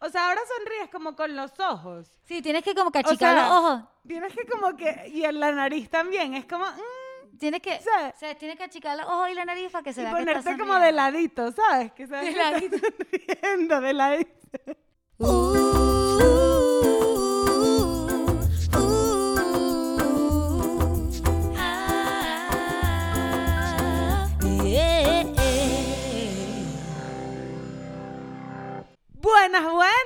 O sea, ahora sonríes como con los ojos. Sí, tienes que como que O sea, achicar los ojos. Tienes que como que, y en la nariz también, es como, mm, Tienes que, sea, o sea, tienes que achicar los ojos y la nariz para que se y vea que estás ponerte como de ladito, ¿sabes? Que sabes De que estás sonriendo, de ladito. Buenas, buenas.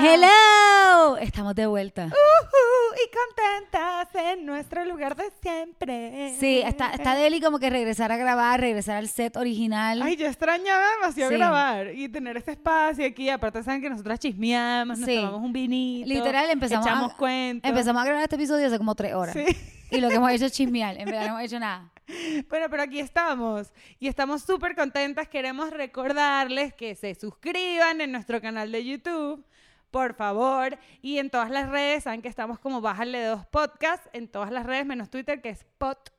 Hello, estamos de vuelta. Ujú, y contentas en nuestro lugar de siempre. Sí, está, está deli como que regresar a grabar, regresar al set original. Ay, yo extrañaba demasiado Sí. grabar y tener este espacio aquí. Aparte, saben que nosotras chismeamos, nos Sí. tomamos un vinito. Literal, empezamos Echamos a, cuentos. empezamos a grabar este episodio hace como tres horas. Sí. Y lo que hemos hecho es chismear, en verdad no hemos hecho nada. Bueno, pero aquí estamos y estamos súper contentas. Queremos recordarles que se suscriban en nuestro canal de YouTube, por favor, y en todas las redes. Saben que estamos como Bájale Dos Podcast, en todas las redes, menos Twitter, que es pot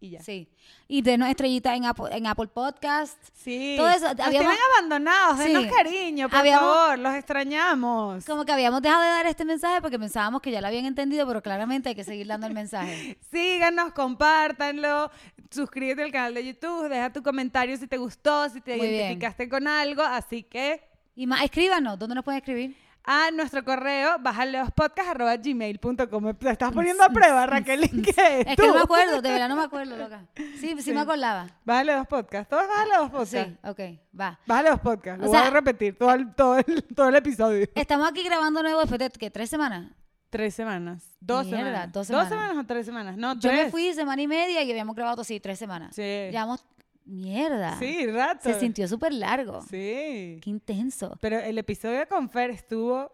y ya. Sí. Y denos estrellita en Apple, en Apple Podcast. Sí. Todo eso, Nos habíamos- tienen abandonados, Sí. denos cariño, por Habíamos- favor, los extrañamos. Como que habíamos dejado de dar este mensaje porque pensábamos que ya lo habían entendido, pero claramente hay que seguir dando el mensaje. Síganos, compártanlo, suscríbete al canal de YouTube, deja tu comentario si te gustó, si te Muy bien. identificaste con algo, así que Y más, escríbanos, ¿dónde nos pueden escribir? a nuestro correo gmail.com Te estás poniendo a prueba, Raquel. ¿Qué es Es tú? que no me acuerdo, de verdad no me acuerdo, loca. Sí, sí, Sí. me acordaba. Bájale dos podcasts. Todos bájale dos Sí, podcasts. ok, va. Bájale dos podcasts. O Lo sea- voy a repetir todo el, todo, el, todo el episodio. Estamos aquí grabando nuevo después de ¿qué, tres semanas. Tres semanas. Dos Mierda, semanas. dos Dos semanas. semanas o tres semanas. No, Yo tres. me fui semana y media y habíamos grabado, sí, tres semanas. Sí. Llevamos, mierda. Sí, rato. Se sintió súper largo. Sí. Qué intenso. Pero el episodio con Fer estuvo.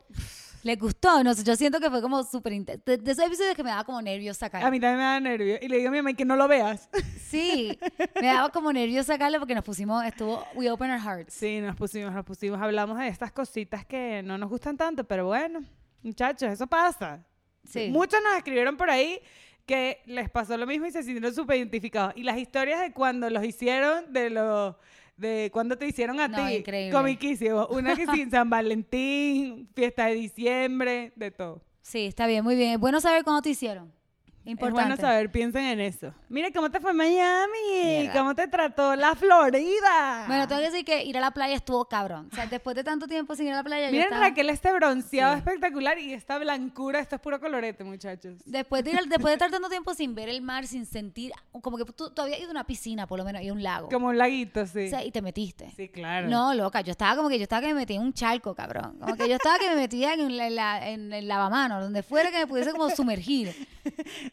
Le gustó, no sé, yo siento que fue como súper intenso. De, de esos episodios que me daba como nervios A sacar. mí también me da nervio. Y le digo a mi mamá que no lo veas. Sí, me daba como nervios sacarlo porque nos pusimos, estuvo, we open our hearts. Sí, nos pusimos, nos pusimos. Hablamos de estas cositas que no nos gustan tanto, pero bueno, muchachos, eso pasa. Sí. Muchos nos escribieron por ahí que les pasó lo mismo y se sintieron súper identificados. Y las historias de cuando los hicieron, de los de cuando te hicieron a No, ti, increíble. comiquísimo. Una que sin San Valentín, fiesta de diciembre, de todo. Sí, está bien, muy bien. Es bueno saber cuándo te hicieron. Es Importante. bueno saber, piensen en eso. Mira cómo te fue Miami, Mierda. cómo te trató la Florida. Bueno, tengo que decir que ir a la playa estuvo cabrón. O sea, después de tanto tiempo sin ir a la playa, yo Miren estaba- Raquel este bronceado Sí. espectacular y esta blancura, esto es puro colorete, muchachos. Después de, ir al- después de estar tanto tiempo sin ver el mar, sin sentir, como que tú, tú habías ido a una piscina, por lo menos, y a un lago. Como un laguito, sí. O sea, y te metiste. Sí, claro. No, loca, yo estaba como que yo estaba que me metía en un charco, cabrón. Como que yo estaba que me metía en, la- en la- en el lavamano, donde fuera que me pudiese como sumergir.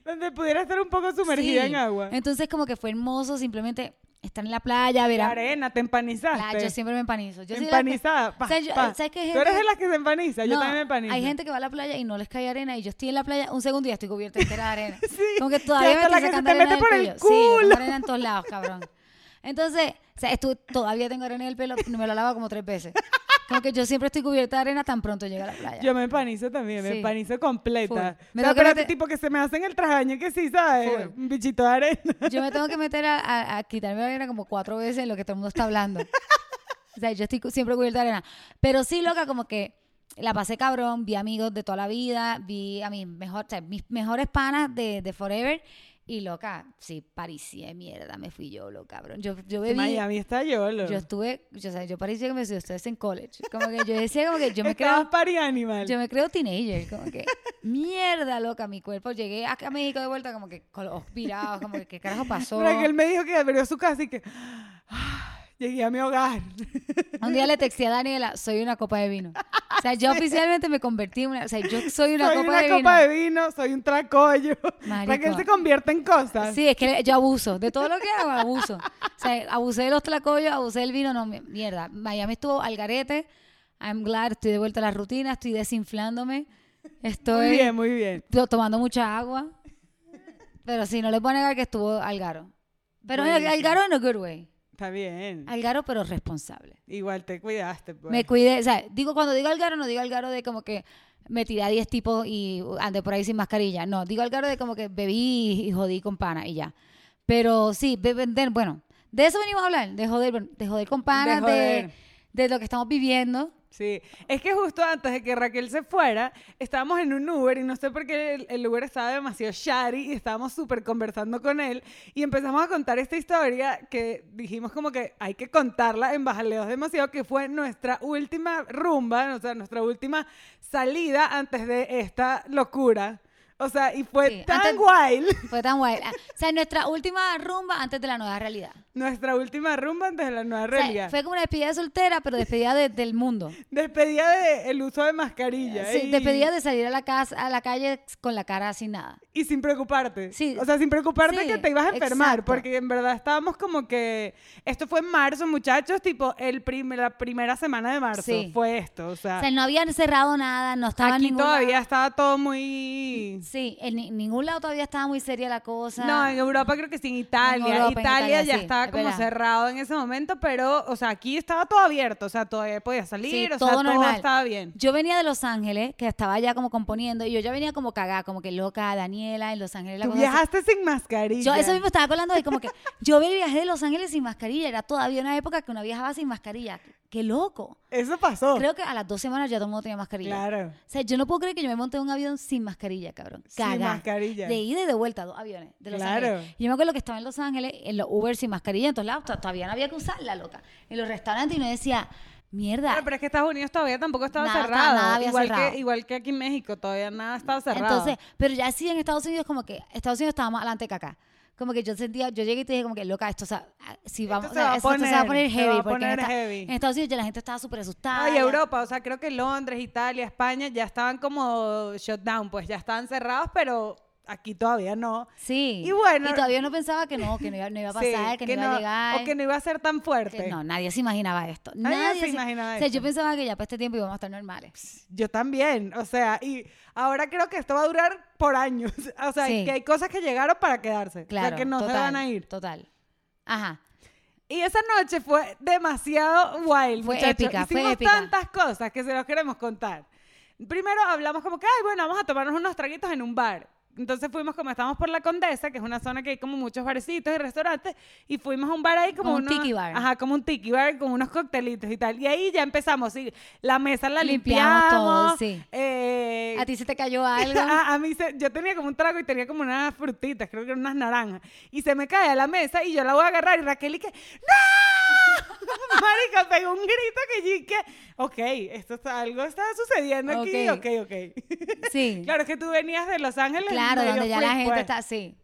Donde pudiera estar un poco sumergida Sí. en agua. Entonces como que fue hermoso simplemente estar en la playa, ver La a- arena, te empanizaste. Ah, yo siempre me empanizo. Yo soy de la que- Empanizada. pa, O sea, yo- eh, pa. ¿sabes qué hay Tú eres gente- de las que se empaniza, yo No, también me empanizo. Hay gente que va a la playa y no les cae arena y yo estoy en la playa un segundo y ya estoy cubierta entera de arena. Sí, Como que que todavía me hasta la estoy que se sacando te arena mete del por el pelo. Sí, yo tengo culo. arena en todos lados, cabrón. Entonces, o sea, estu- todavía tengo arena en el pelo, me lo lavo como tres veces. Como que yo siempre estoy cubierta de arena tan pronto llega a la playa. Yo me empanizo también, Sí. me empanizo completa. Full. Me o sea, toca pero meter- tipo que se me hacen el trajaño que sí, ¿sabes? Full. Un bichito de arena. Yo me tengo que meter a, a- a quitarme la arena como cuatro veces en lo que todo el mundo está hablando. O sea, yo estoy cu- siempre cubierta de arena. Pero sí, loca, como que la pasé cabrón, vi amigos de toda la vida, vi a mis, mejor, o sea, mis mejores panas de, de Forever. Y loca, sí, parecía de mierda, me fui yo, loca, cabrón. Yo, yo bebí. Miami está yolo. Yo estuve, yo, o sea, yo parecía que me estudié ustedes en college. Como que yo decía, como que yo me Estabas creo. party animal. Yo me creo teenager, como que mierda loca mi cuerpo. Llegué acá a México de vuelta como que con los ojos virados, como que qué carajo pasó. Raquel me dijo que abrió su casa y que... "Ah, llegué a mi hogar. Un día le texté a Daniela, soy una copa de vino. O sea, yo oficialmente me convertí en una, o sea, yo soy una soy copa una de copa vino. de vino, soy un tracollo. Marico. Raquel se convierte en cosas. Sí, es que le- yo abuso, de todo lo que hago abuso. O sea, abusé de los tlacoyos, abusé del vino, no, mi- mierda. Miami estuvo al garete, I'm glad, estoy de vuelta a la rutina, estoy desinflándome, muy estoy bien, muy bien. to- tomando mucha agua. Pero sí, no le puedo negar que estuvo al garo. Pero al Buenísimo. al garo en a good way. Está bien. Al garo, pero responsable. Igual te cuidaste. Pues. Me cuidé, o sea, digo, cuando digo Algaro, no digo Algaro de como que me tiré a 10 tipos y andé por ahí sin mascarilla. No, digo Algaro de como que bebí y jodí con pana y ya. Pero sí, be- be- de- bueno, de eso venimos a hablar, de joder, de joder con pana, De de, joder. de lo que estamos viviendo. Sí, es que justo antes de que Raquel se fuera, estábamos en un Uber y no sé por qué el, el Uber estaba demasiado shari y estábamos súper conversando con él y empezamos a contar esta historia que dijimos como que hay que contarla en Bajaleos demasiado, que fue nuestra última rumba, o sea, nuestra última salida antes de esta locura. O sea, y fue Sí, tan antes- wild. Fue tan guay. Ah, O sea, nuestra última rumba antes de la nueva realidad. Nuestra última rumba antes de la nueva O sea, realidad. fue como una despedida de soltera, pero despedida de- del mundo. Despedida del uso de mascarilla. Sí, y- despedida de salir a la, casa, a la calle con la cara sin nada. Y sin preocuparte. Sí. O sea, sin preocuparte Sí, que te ibas a enfermar, exacto. porque en verdad estábamos como que... Esto fue en marzo, muchachos, tipo el prim- la primera semana de marzo Sí. fue esto. O sea, O sea, no habían cerrado nada, no estaba en aquí ningún todavía lado. estaba todo muy... Sí, en ni- ningún lado todavía estaba muy seria la cosa. no, en Europa creo que sí, en Italia. En Europa, en Italia, Italia, ya sí, estaba es como verdad. cerrado en ese momento, pero, o sea, aquí estaba todo abierto, o sea, todavía podía salir, o sea, todo normal. todo estaba bien. Yo venía de Los Ángeles, que estaba ya como componiendo, y yo ya venía como cagada, como que loca, Daniela, en Los Ángeles. La Tú cosa así. viajaste sin mascarilla. Yo eso mismo estaba hablando de como que yo viajé de Los Ángeles sin mascarilla, era todavía una época que uno viajaba sin mascarilla. ¡Qué loco! Eso pasó. Creo que a las dos semanas ya todo el mundo tenía mascarilla. Claro. O sea, yo no puedo creer que yo me monté en un avión sin mascarilla, cabrón. Sin Cagá. mascarilla. De ida y de vuelta, dos aviones de Los Claro. Ángeles. Y Yo me acuerdo que estaba en Los Ángeles, en los Uber sin mascarilla, en todos lados, to- todavía no había que usarla, loca. En los restaurantes y me decía, mierda. Bueno, pero es que Estados Unidos todavía tampoco estaba Nada, estaba- cerrado. nada había igual, cerrado. Que, igual que aquí en México, todavía nada estaba cerrado. Entonces, pero ya sí en Estados Unidos, como que Estados Unidos estaba más adelante que acá. Como que yo sentía, yo llegué y te dije como que, loca, esto, o sea, ah, si vamos, se va a o sea, esto se va a poner poner, se heavy. va a porque en, poner heavy. en Estados Unidos ya la gente estaba súper asustada. Ay, ah, ya- Ah, Europa, o sea, creo que Londres, Italia, España ya estaban como shut down, pues ya estaban cerrados, pero aquí todavía no. Sí. Y bueno- Y todavía no pensaba que no, que no iba, no iba a Sí, pasar, que, no iba a llegar. O que no iba a ser tan que fuerte. no, nadie se imaginaba esto. Nadie Nadie, se imaginaba O sea, yo esto. pensaba que ya para este tiempo íbamos a estar normales. Yo también, o sea, y ahora creo que esto va a durar por años. O sea, Sí. que hay cosas que llegaron para quedarse, Claro. o sea, que no total, se van a ir. Total. Ajá. Y esa noche fue demasiado wild, Fue muchachos. épica, fue Hicimos épica. tantas cosas que se los queremos contar. Primero hablamos como que, ay, bueno, vamos a tomarnos unos traguitos en un bar. Entonces fuimos como estábamos por la Condesa, que es una zona que hay como muchos barecitos y restaurantes, y fuimos a un bar ahí como, Como un unos- tiki bar. Ajá, como un tiki bar con unos coctelitos y tal. Y ahí ya empezamos, y la mesa la limpiamos. Limpiamos todo, sí. eh, Ah, ¿A ti se te cayó algo? a, a mí se- yo tenía como un trago y tenía como unas frutitas, creo que eran unas naranjas. Y se me cae a la mesa y yo la voy a agarrar y Raquel y que ¡No! Marica, pegó un grito que yo y que, ok, esto está, algo está sucediendo aquí, Ok. ok, ok. Sí. claro, es que tú venías de Los Ángeles. Claro, medio donde ya la freak, gente pues. está así.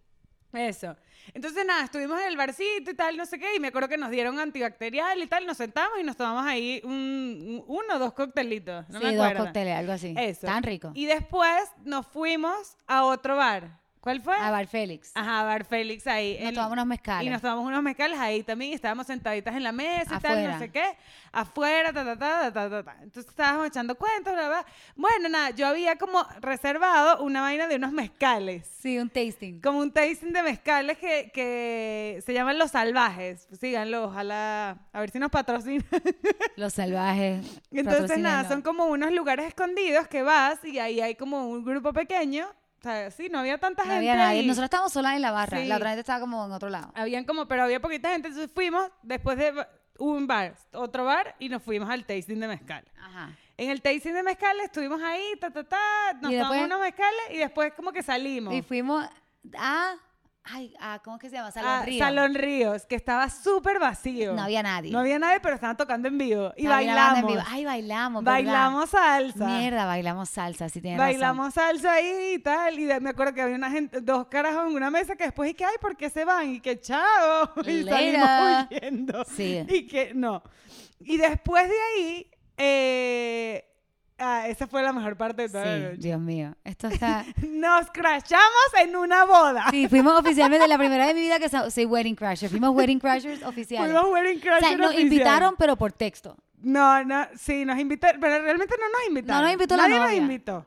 Eso. Entonces, nada, estuvimos en el barcito y tal, no sé qué, y me acuerdo que nos dieron antibacterial y tal, nos sentamos y nos tomamos ahí un, un- uno o dos coctelitos, no me sí, dos acuerdo. cócteles, algo así. Eso. Tan rico. Y después nos fuimos a otro bar. ¿Cuál fue? a Bar Félix. Ajá, Bar Félix ahí. Nos tomamos unos mezcales. Y nos tomamos unos mezcales ahí también. y Estábamos sentaditas en la mesa y tal, no Afuera. sé qué. Afuera, ta, ta, ta, ta, ta, ta, ta. Entonces estábamos echando cuentos, bla, bla. Bueno, nada, yo había como reservado una vaina de unos mezcales. Sí, un tasting. Como un tasting de mezcales que, que se llaman Los Salvajes. Síganlo, ojalá. A ver si nos patrocinan. Los salvajes. Entonces, nada, patrocínenos. son como unos lugares escondidos que vas y ahí hay como un grupo pequeño. O sea, sí, no había tanta No gente. había nadie. ahí. Nosotros estábamos solas en la barra. Sí. La otra gente estaba como en otro lado. Habían como, pero había poquita gente. Entonces fuimos después de ba- un bar, otro bar y nos fuimos al tasting de mezcal. Ajá. En el tasting de mezcal estuvimos ahí, ta, ta, ta, nos Y tomamos después- unos mezcales y después como que salimos. Y fuimos a. Ay, a, ¿cómo es que se llama? Salón a Río. Ah, Salón Ríos, que estaba súper vacío. No había nadie. No había nadie, pero estaban tocando en vivo. Y Estaba bien la banda en bailamos. vivo. Ay, bailamos. ¿verdad? bailamos salsa. Mierda, bailamos salsa, si tienes Bailamos salsa ahí y tal. Y de- me acuerdo que había una gente, dos carajos en una mesa que después y que, ay, ¿por qué se van? Y que, chao. Y salimos Later. huyendo. Sí. Y que, no. Y después de ahí, eh, ah, esa fue la mejor parte de toda la razón. Sí, noche. Dios mío. Esto está. Nos crashamos en una boda. Sí, fuimos oficialmente la primera vez de mi vida que sa- soy wedding crasher. Fuimos wedding crashers oficiales. Fuimos wedding crasher o sea, nos oficial. invitaron, pero por texto. No, no, sí, nos invitaron, pero realmente no nos invitaron. No nos invitó la Nadie nos novia. invitó.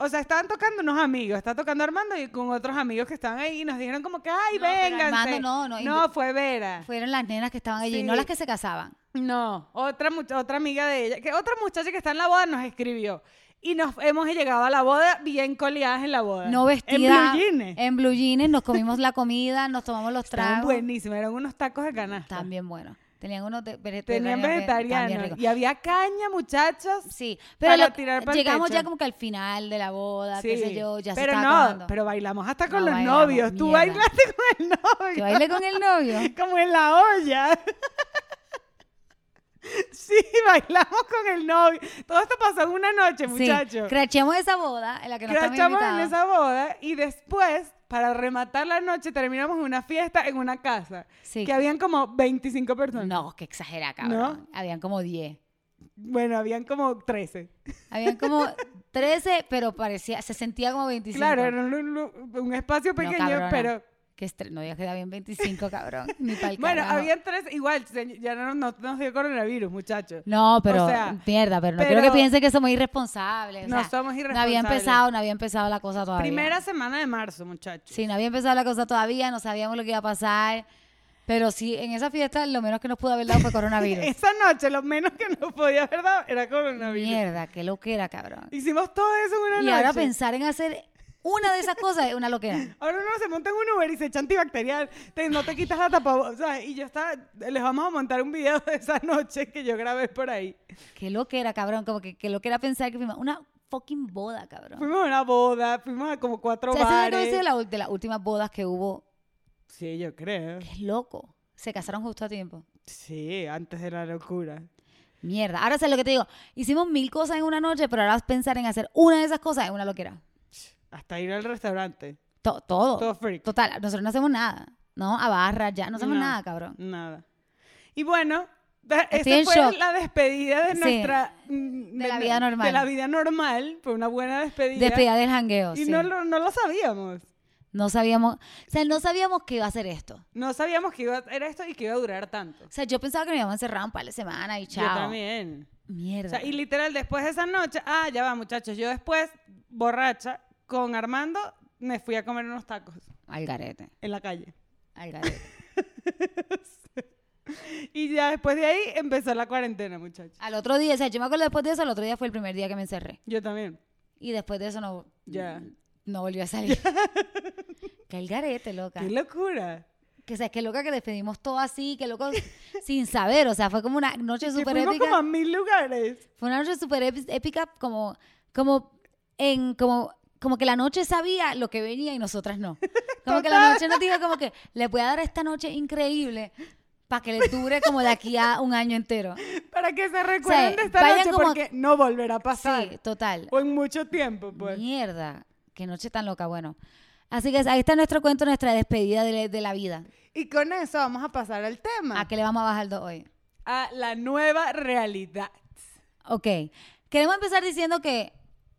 O sea, estaban tocando unos amigos, está tocando Armando y con otros amigos que estaban ahí y nos dijeron como que, ay, No, pero vénganse. Armando no, no No, invi- fue Vera. Fueron las nenas que estaban allí, Sí. no las que se casaban. No, otra, much- otra amiga de ella, que otra muchacha que está en la boda nos escribió. Y nos hemos llegado a la boda bien coleadas en la boda. No En vestidas. blue jeans. En blue jeans, nos comimos la comida, nos tomamos los Estaban tragos. buenísimos, eran unos tacos de canasta. También bueno. Tenían unos de- vege- Tenían vegetarianos, también vegetarianos. rico. Y había caña, muchachos. Sí, pero Para lo- tirar pa'l llegamos techo. ya como que al final de la boda, qué sé yo, ya pero se no, estaba acabando. pero bailamos hasta con No los bailamos, novios. Tú mierda. bailaste con el Que novio. baile con el novio. Como en la olla. sí, bailamos con el novio. Todo esto pasó en una noche, Sí, muchachos. crachamos esa boda en la que no estamos Crachamos en invitados. esa boda y después, para rematar la noche, terminamos en una fiesta en una casa. Sí. Que habían como 25 personas. No, que exagera, cabrón. Habían como 10. Bueno, habían como 13. Habían como 13, pero parecía, se sentía como 25. Claro, era un, lu- lu- un espacio pequeño, cabrona. pero... Que estre- no había quedado bien 25, cabrón. Ni para el Bueno, habían tres, igual, se- ya no, no- no nos dio coronavirus, muchachos. No, pero, o sea, mierda, pero no pero- quiero que piensen que somos irresponsables. o No sea, somos No había irresponsables. empezado, no había empezado la cosa todavía. Primera semana de marzo, muchachos. Sí, no había empezado la cosa todavía, no sabíamos lo que iba a pasar. Pero sí, en esa fiesta lo menos que nos pudo haber dado fue coronavirus. Esa noche, lo menos que nos podía haber dado era coronavirus. Mierda, qué loquera, cabrón. Hicimos todo eso en una Y noche. ahora pensar en hacer una de esas cosas es una loquera. Ahora uno se monta en un Uber y se echa antibacterial, te- no te quitas la tapa, Y yo estaba, les vamos a montar un video de esa noche que yo grabé por ahí. Qué loquera, cabrón. Como que qué loquera pensar que fuimos a una fucking boda, cabrón. Fuimos a una boda, fuimos a como cuatro O sea, esa debe haber bares. sido la ul- de las últimas bodas que hubo. Sí, yo creo. Qué loco. Se casaron justo a tiempo. Sí, antes de la locura. Mierda. Ahora sé lo que te digo. Hicimos mil cosas en una noche, pero ahora pensar en hacer una de esas cosas es una loquera. Hasta ir al restaurante. To- todo. Todo freak. Total, nosotros no hacemos nada. No, a barra, ya, no hacemos No. nada, cabrón. Nada. Y bueno, da- Estoy esa en fue shock. la despedida de Sí. nuestra... mm, De la vida normal. De la vida normal. Fue una buena despedida. Despedida del jangueo, Y sí. no, No, lo, no lo sabíamos. sabíamos, o sea, no sabíamos que iba a ser esto. No sabíamos que iba, era esto y que iba a durar tanto. O sea, yo pensaba que nos íbamos a encerrar un par de semanas y chao. Yo también. O Mierda. sea, y literal, después de esa noche, ah, ya va, muchachos, yo después, borracha, con Armando, me fui a comer unos tacos Al garete, en la calle. al garete. Y ya después de ahí empezó la cuarentena, muchachos. al otro día, o sea, yo me acuerdo después de eso, el otro día fue el primer día que me encerré. Yo también. Y después de eso no, Ya. Mm, no volvió a salir. que al garete, loca. ¡Qué locura! Que, o sea, que loca que despedimos todo así, que loco sin saber. O sea, fue como una noche Que súper fuimos épica. como a mil lugares. Fue una noche súper epi- épica, como, como, en, como, como que la noche sabía lo que venía y nosotras no. Como que la noche nos dijo como que le voy a dar esta noche increíble para que le dure como de aquí a un año entero. Para que se recuerden de esta vayan noche como- porque no volverá a pasar. Sí, total. O en mucho tiempo, pues. Mierda, qué noche tan loca, bueno. Así que ahí está nuestro cuento, nuestra despedida de, de la vida. Y con eso vamos a pasar al tema. ¿A qué le vamos a bajar dos hoy? A la nueva realidad. Ok. Queremos empezar diciendo que,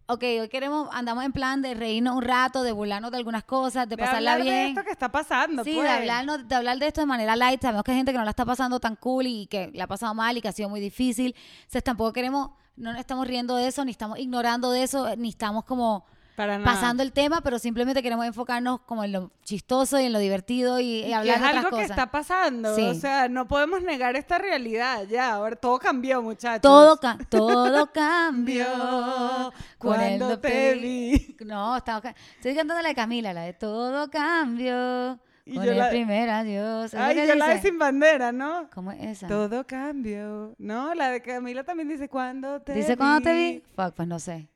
ok, hoy queremos, andamos en plan de reírnos un rato, de burlarnos de algunas cosas, de, pasarla hablar bien. de esto que está pasando, Sí, pues. de, hablarnos- de hablar de esto de manera light. Sabemos que hay gente que no la está pasando tan cool y que la ha pasado mal y que ha sido muy difícil. Entonces tampoco queremos, no nos estamos riendo de eso, ni estamos ignorando de eso, ni estamos como Para nada. pasando el tema, pero simplemente queremos enfocarnos como en lo chistoso y en lo divertido y, y Y hablar es de otras algo que cosas. está pasando. Sí. O sea, no podemos negar esta realidad ya. Ahora todo cambió, muchachos. Todo, ca- todo cambió con el cuando te dope- vi. No, estaba ca- estoy cantando la de Camila, la de todo cambió Y con yo el la- primer adiós. ¿Sabes Ay, qué yo la de dice? sin bandera, ¿no? ¿Cómo es esa? Todo cambió. No, la de Camila también dice cuando te Dice vi. cuando te vi. Fuck, pues no sé.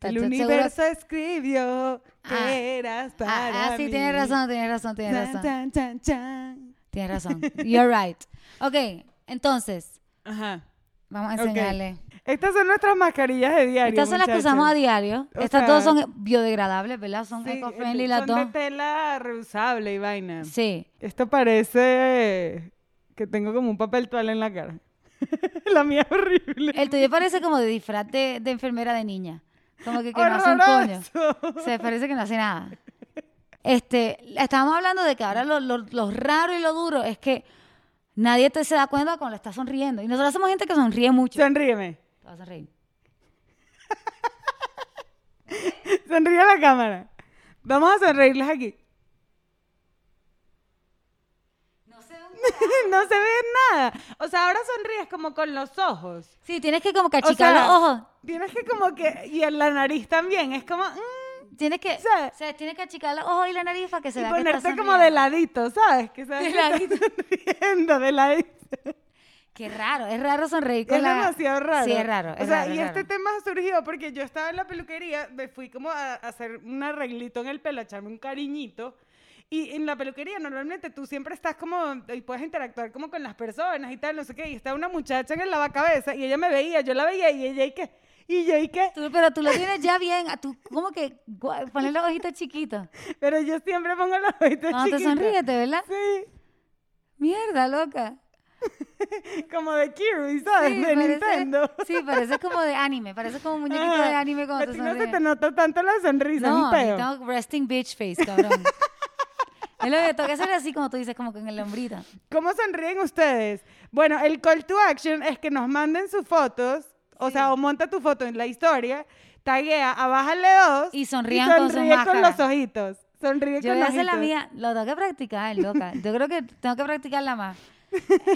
El Estoy segura- universo escribió que Ah, eras Ah, para ah, sí, mí. tienes razón, tienes razón, tienes Chan, razón. chan, chan, chan. Tienes razón. You're right. Ok, entonces, Ajá. vamos a Ok. enseñarle. Estas son nuestras mascarillas de diario. Estas son las que muchachos. usamos a diario. O Estas sea- dos son biodegradables, ¿verdad? Son Sí, este, eco-friendly las son dos. de tela reusable y vaina. Sí. Esto parece que tengo como un papel toal en la cara. la mía es horrible. El tuyo parece como de disfraz de, de enfermera de niña. Como que, que no hace un coño. Horroroso. Se parece que no hace nada. Este, estábamos hablando de que ahora lo, lo- lo raro y lo duro es que nadie te se da cuenta cuando está sonriendo. Y nosotros somos gente que sonríe mucho. Sonríeme. Te vas a reír. Sonríe a la cámara. Vamos a sonreírles aquí. no se ve nada. O sea, ahora sonríes como con los ojos. Sí, tienes que como que O achicar sea, los ojos. Tienes que como que... Y en la nariz también. Es como... mm, Tienes que, Sí. o sea, tienes que achicar los ojos y la nariz para que se y vea que estás ponerte como de sonriendo. ladito, ¿sabes? Que sabes De que estás sonriendo de ladito. Qué raro, es raro sonreír con Es la- demasiado raro. Sí, es raro. o es sea, raro, y es este raro. tema surgió porque yo estaba en la peluquería, me fui como a, a hacer un arreglito en el pelo, a echarme un cariñito. Y en la peluquería normalmente tú siempre estás como, y puedes interactuar como con las personas y tal, no sé qué. Y está una muchacha en el lavacabezas y ella me veía, yo la veía y ella y qué, y yo y qué. Tú- pero tú lo tienes ya bien, a tú como que gua- poner los ojitos chiquitos. Pero yo siempre pongo los ojitos Cuando chiquitos. te sonríes, ¿verdad? Sí, Mierda, loca. como de Kirby, ¿sabes? Sí, Ah, de parece- Nintendo. Sí, parece como de anime, parece como un muñequito Ajá. de anime A cuando te ti no se sonríes. te nota tanto la sonrisa, No, un a mí peo. tengo resting bitch face, cabrón. es lo que toca hacer así como tú dices, como con el hombrito. ¿Cómo sonríen ustedes? Bueno, el call to action es que nos manden sus fotos, o sea, o monta tu foto en la historia, taguea a bájale dos Y sonrían con sus sonríe máscaras. los ojitos. Sonríe Yo con voy a los hacer ojitos. la mía, lo tengo que practicar, loca. Yo creo que tengo que practicarla más.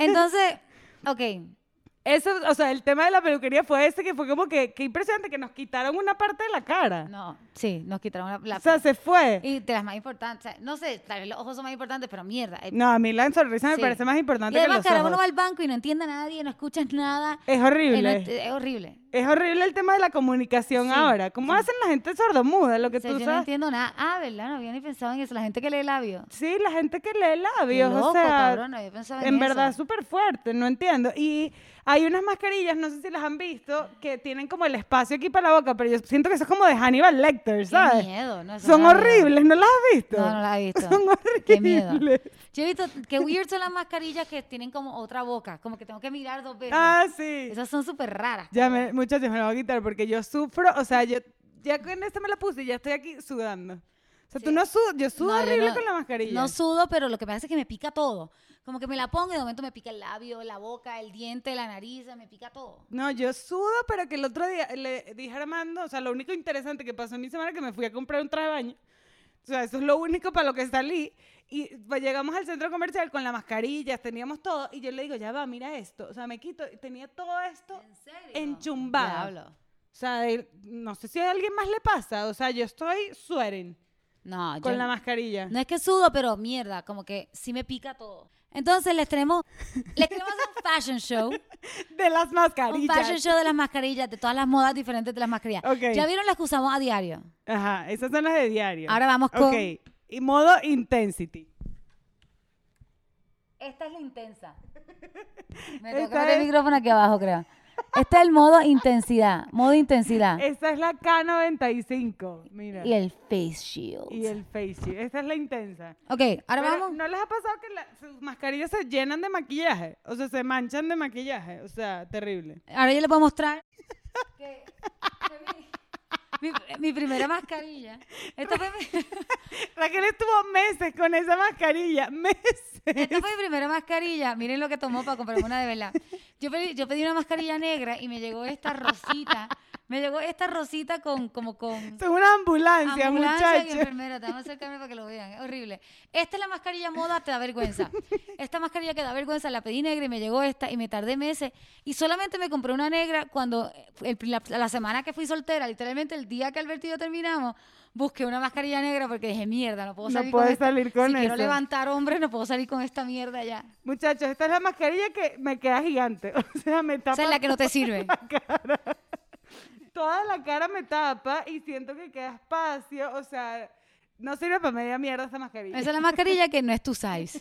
Entonces, ok, Eso, o sea, el tema de la peluquería fue ese que fue como que, qué impresionante que nos quitaron una parte de la cara. no, sí, nos quitaron la... la- o sea, se fue. y de las más importantes, o sea, no sé, tal vez los ojos son más importantes, pero mierda. el- No, a mí la sonrisa me sí. parece más y importante que además, los cara, uno ojos. va al banco y no entiende a nadie, no escuchas nada. Es eh, no horrible. ent- es horrible. es horrible el tema de la comunicación Sí, ahora. ¿Cómo hacen la gente sordomuda? Lo que O sea, tú yo no sabes. entiendo nada. Ah, ¿verdad? No había ni pensado en eso. La gente que lee labios. Sí, la gente que lee Qué labios, loco, o sea, cabrón, no había pensado en en verdad eso. súper fuerte, no entiendo. Y hay unas mascarillas, no sé si las han visto, que tienen como el espacio aquí para la boca, pero yo siento que eso es como de Hannibal Lecter, Qué ¿sabes? miedo. No, eso Son no lo había- horribles, ¿no las has visto? No, no la he visto. Son horribles. Qué miedo. Yo he visto, qué weird son las mascarillas que tienen como otra boca. Como que tengo que mirar dos veces. Ah, sí. Esas son súper raras. Ya, me, muchachos, me la voy a quitar porque yo sufro, o sea, yo ya con esta me la puse y ya estoy aquí sudando. O sea, tú no sudas, yo sudo No, yo horrible no- con la mascarilla. No sudo, pero lo que pasa es que me pica todo. Como que me la pongo y de momento me pica el labio, la boca, el diente, la nariz, me pica todo. No, yo sudo, pero que el otro día le dije a Armando, o sea, lo único interesante que pasó en mi semana es que me fui a comprar un traje de baño. O sea, eso es lo único para lo que salí. Y pues, llegamos al centro comercial con las mascarillas, teníamos todo. Y yo le digo, ya va, mira esto. O sea, me quito. Y tenía todo esto serio? enchumbado. O sea, de- no sé si a alguien más le pasa. O sea, yo estoy sueren No, con yo- la mascarilla. no es que sudo, pero mierda, como que sí me pica todo. Entonces les tenemos, les queremos hacer un fashion show. De las Un fashion mascarillas. show de las mascarillas, de todas las modas diferentes de las mascarillas. Ok. Ya vieron las que usamos a diario. Ajá, esas son las de diario. Ahora vamos con- Ok, y modo intensity. Esta es la intensa. Me Esta toca poner es- el micrófono aquí abajo, creo. Este es el modo intensidad, modo intensidad. Esta es la K95. Mira. Y el face shield. Y el face shield. Esta es la intensa. Ok, Pero, ahora vamos. ¿No les ha pasado que la- sus mascarillas se llenan de maquillaje? O sea, se manchan de maquillaje. O sea, terrible. Ahora yo les voy a mostrar que- que mi, mi- mi primera mascarilla. Esto fue mi, Raquel estuvo meses con esa mascarilla. Meses. esto fue mi primera mascarilla. Miren lo que tomó para comprarme una de verdad. Yo pedí, yo pedí una mascarilla negra y me llegó esta rosita. Me llegó esta rosita con como con Son una ambulancia, ambulancia y muchachos. enfermera. Te vamos a acercarme para que lo vean. Es horrible. Esta es la mascarilla moda, te da vergüenza. Esta mascarilla que da vergüenza la pedí negra y me llegó esta y me tardé meses. Y solamente me compré una negra cuando eh, el- la, la semana que fui soltera, literalmente el día que Alberto y yo terminamos, busqué una mascarilla negra porque dije, mierda, no puedo No salir con puedes esta. salir con si quiero eso. levantar hombres, no puedo salir con esta mierda ya. Muchachos, esta es la mascarilla que me queda gigante. O sea, me tapa Esa es la que no te sirve. toda la cara me tapa y siento que queda espacio. O sea, no sirve para media mierda esa mascarilla. Esa es la mascarilla que no es tu size.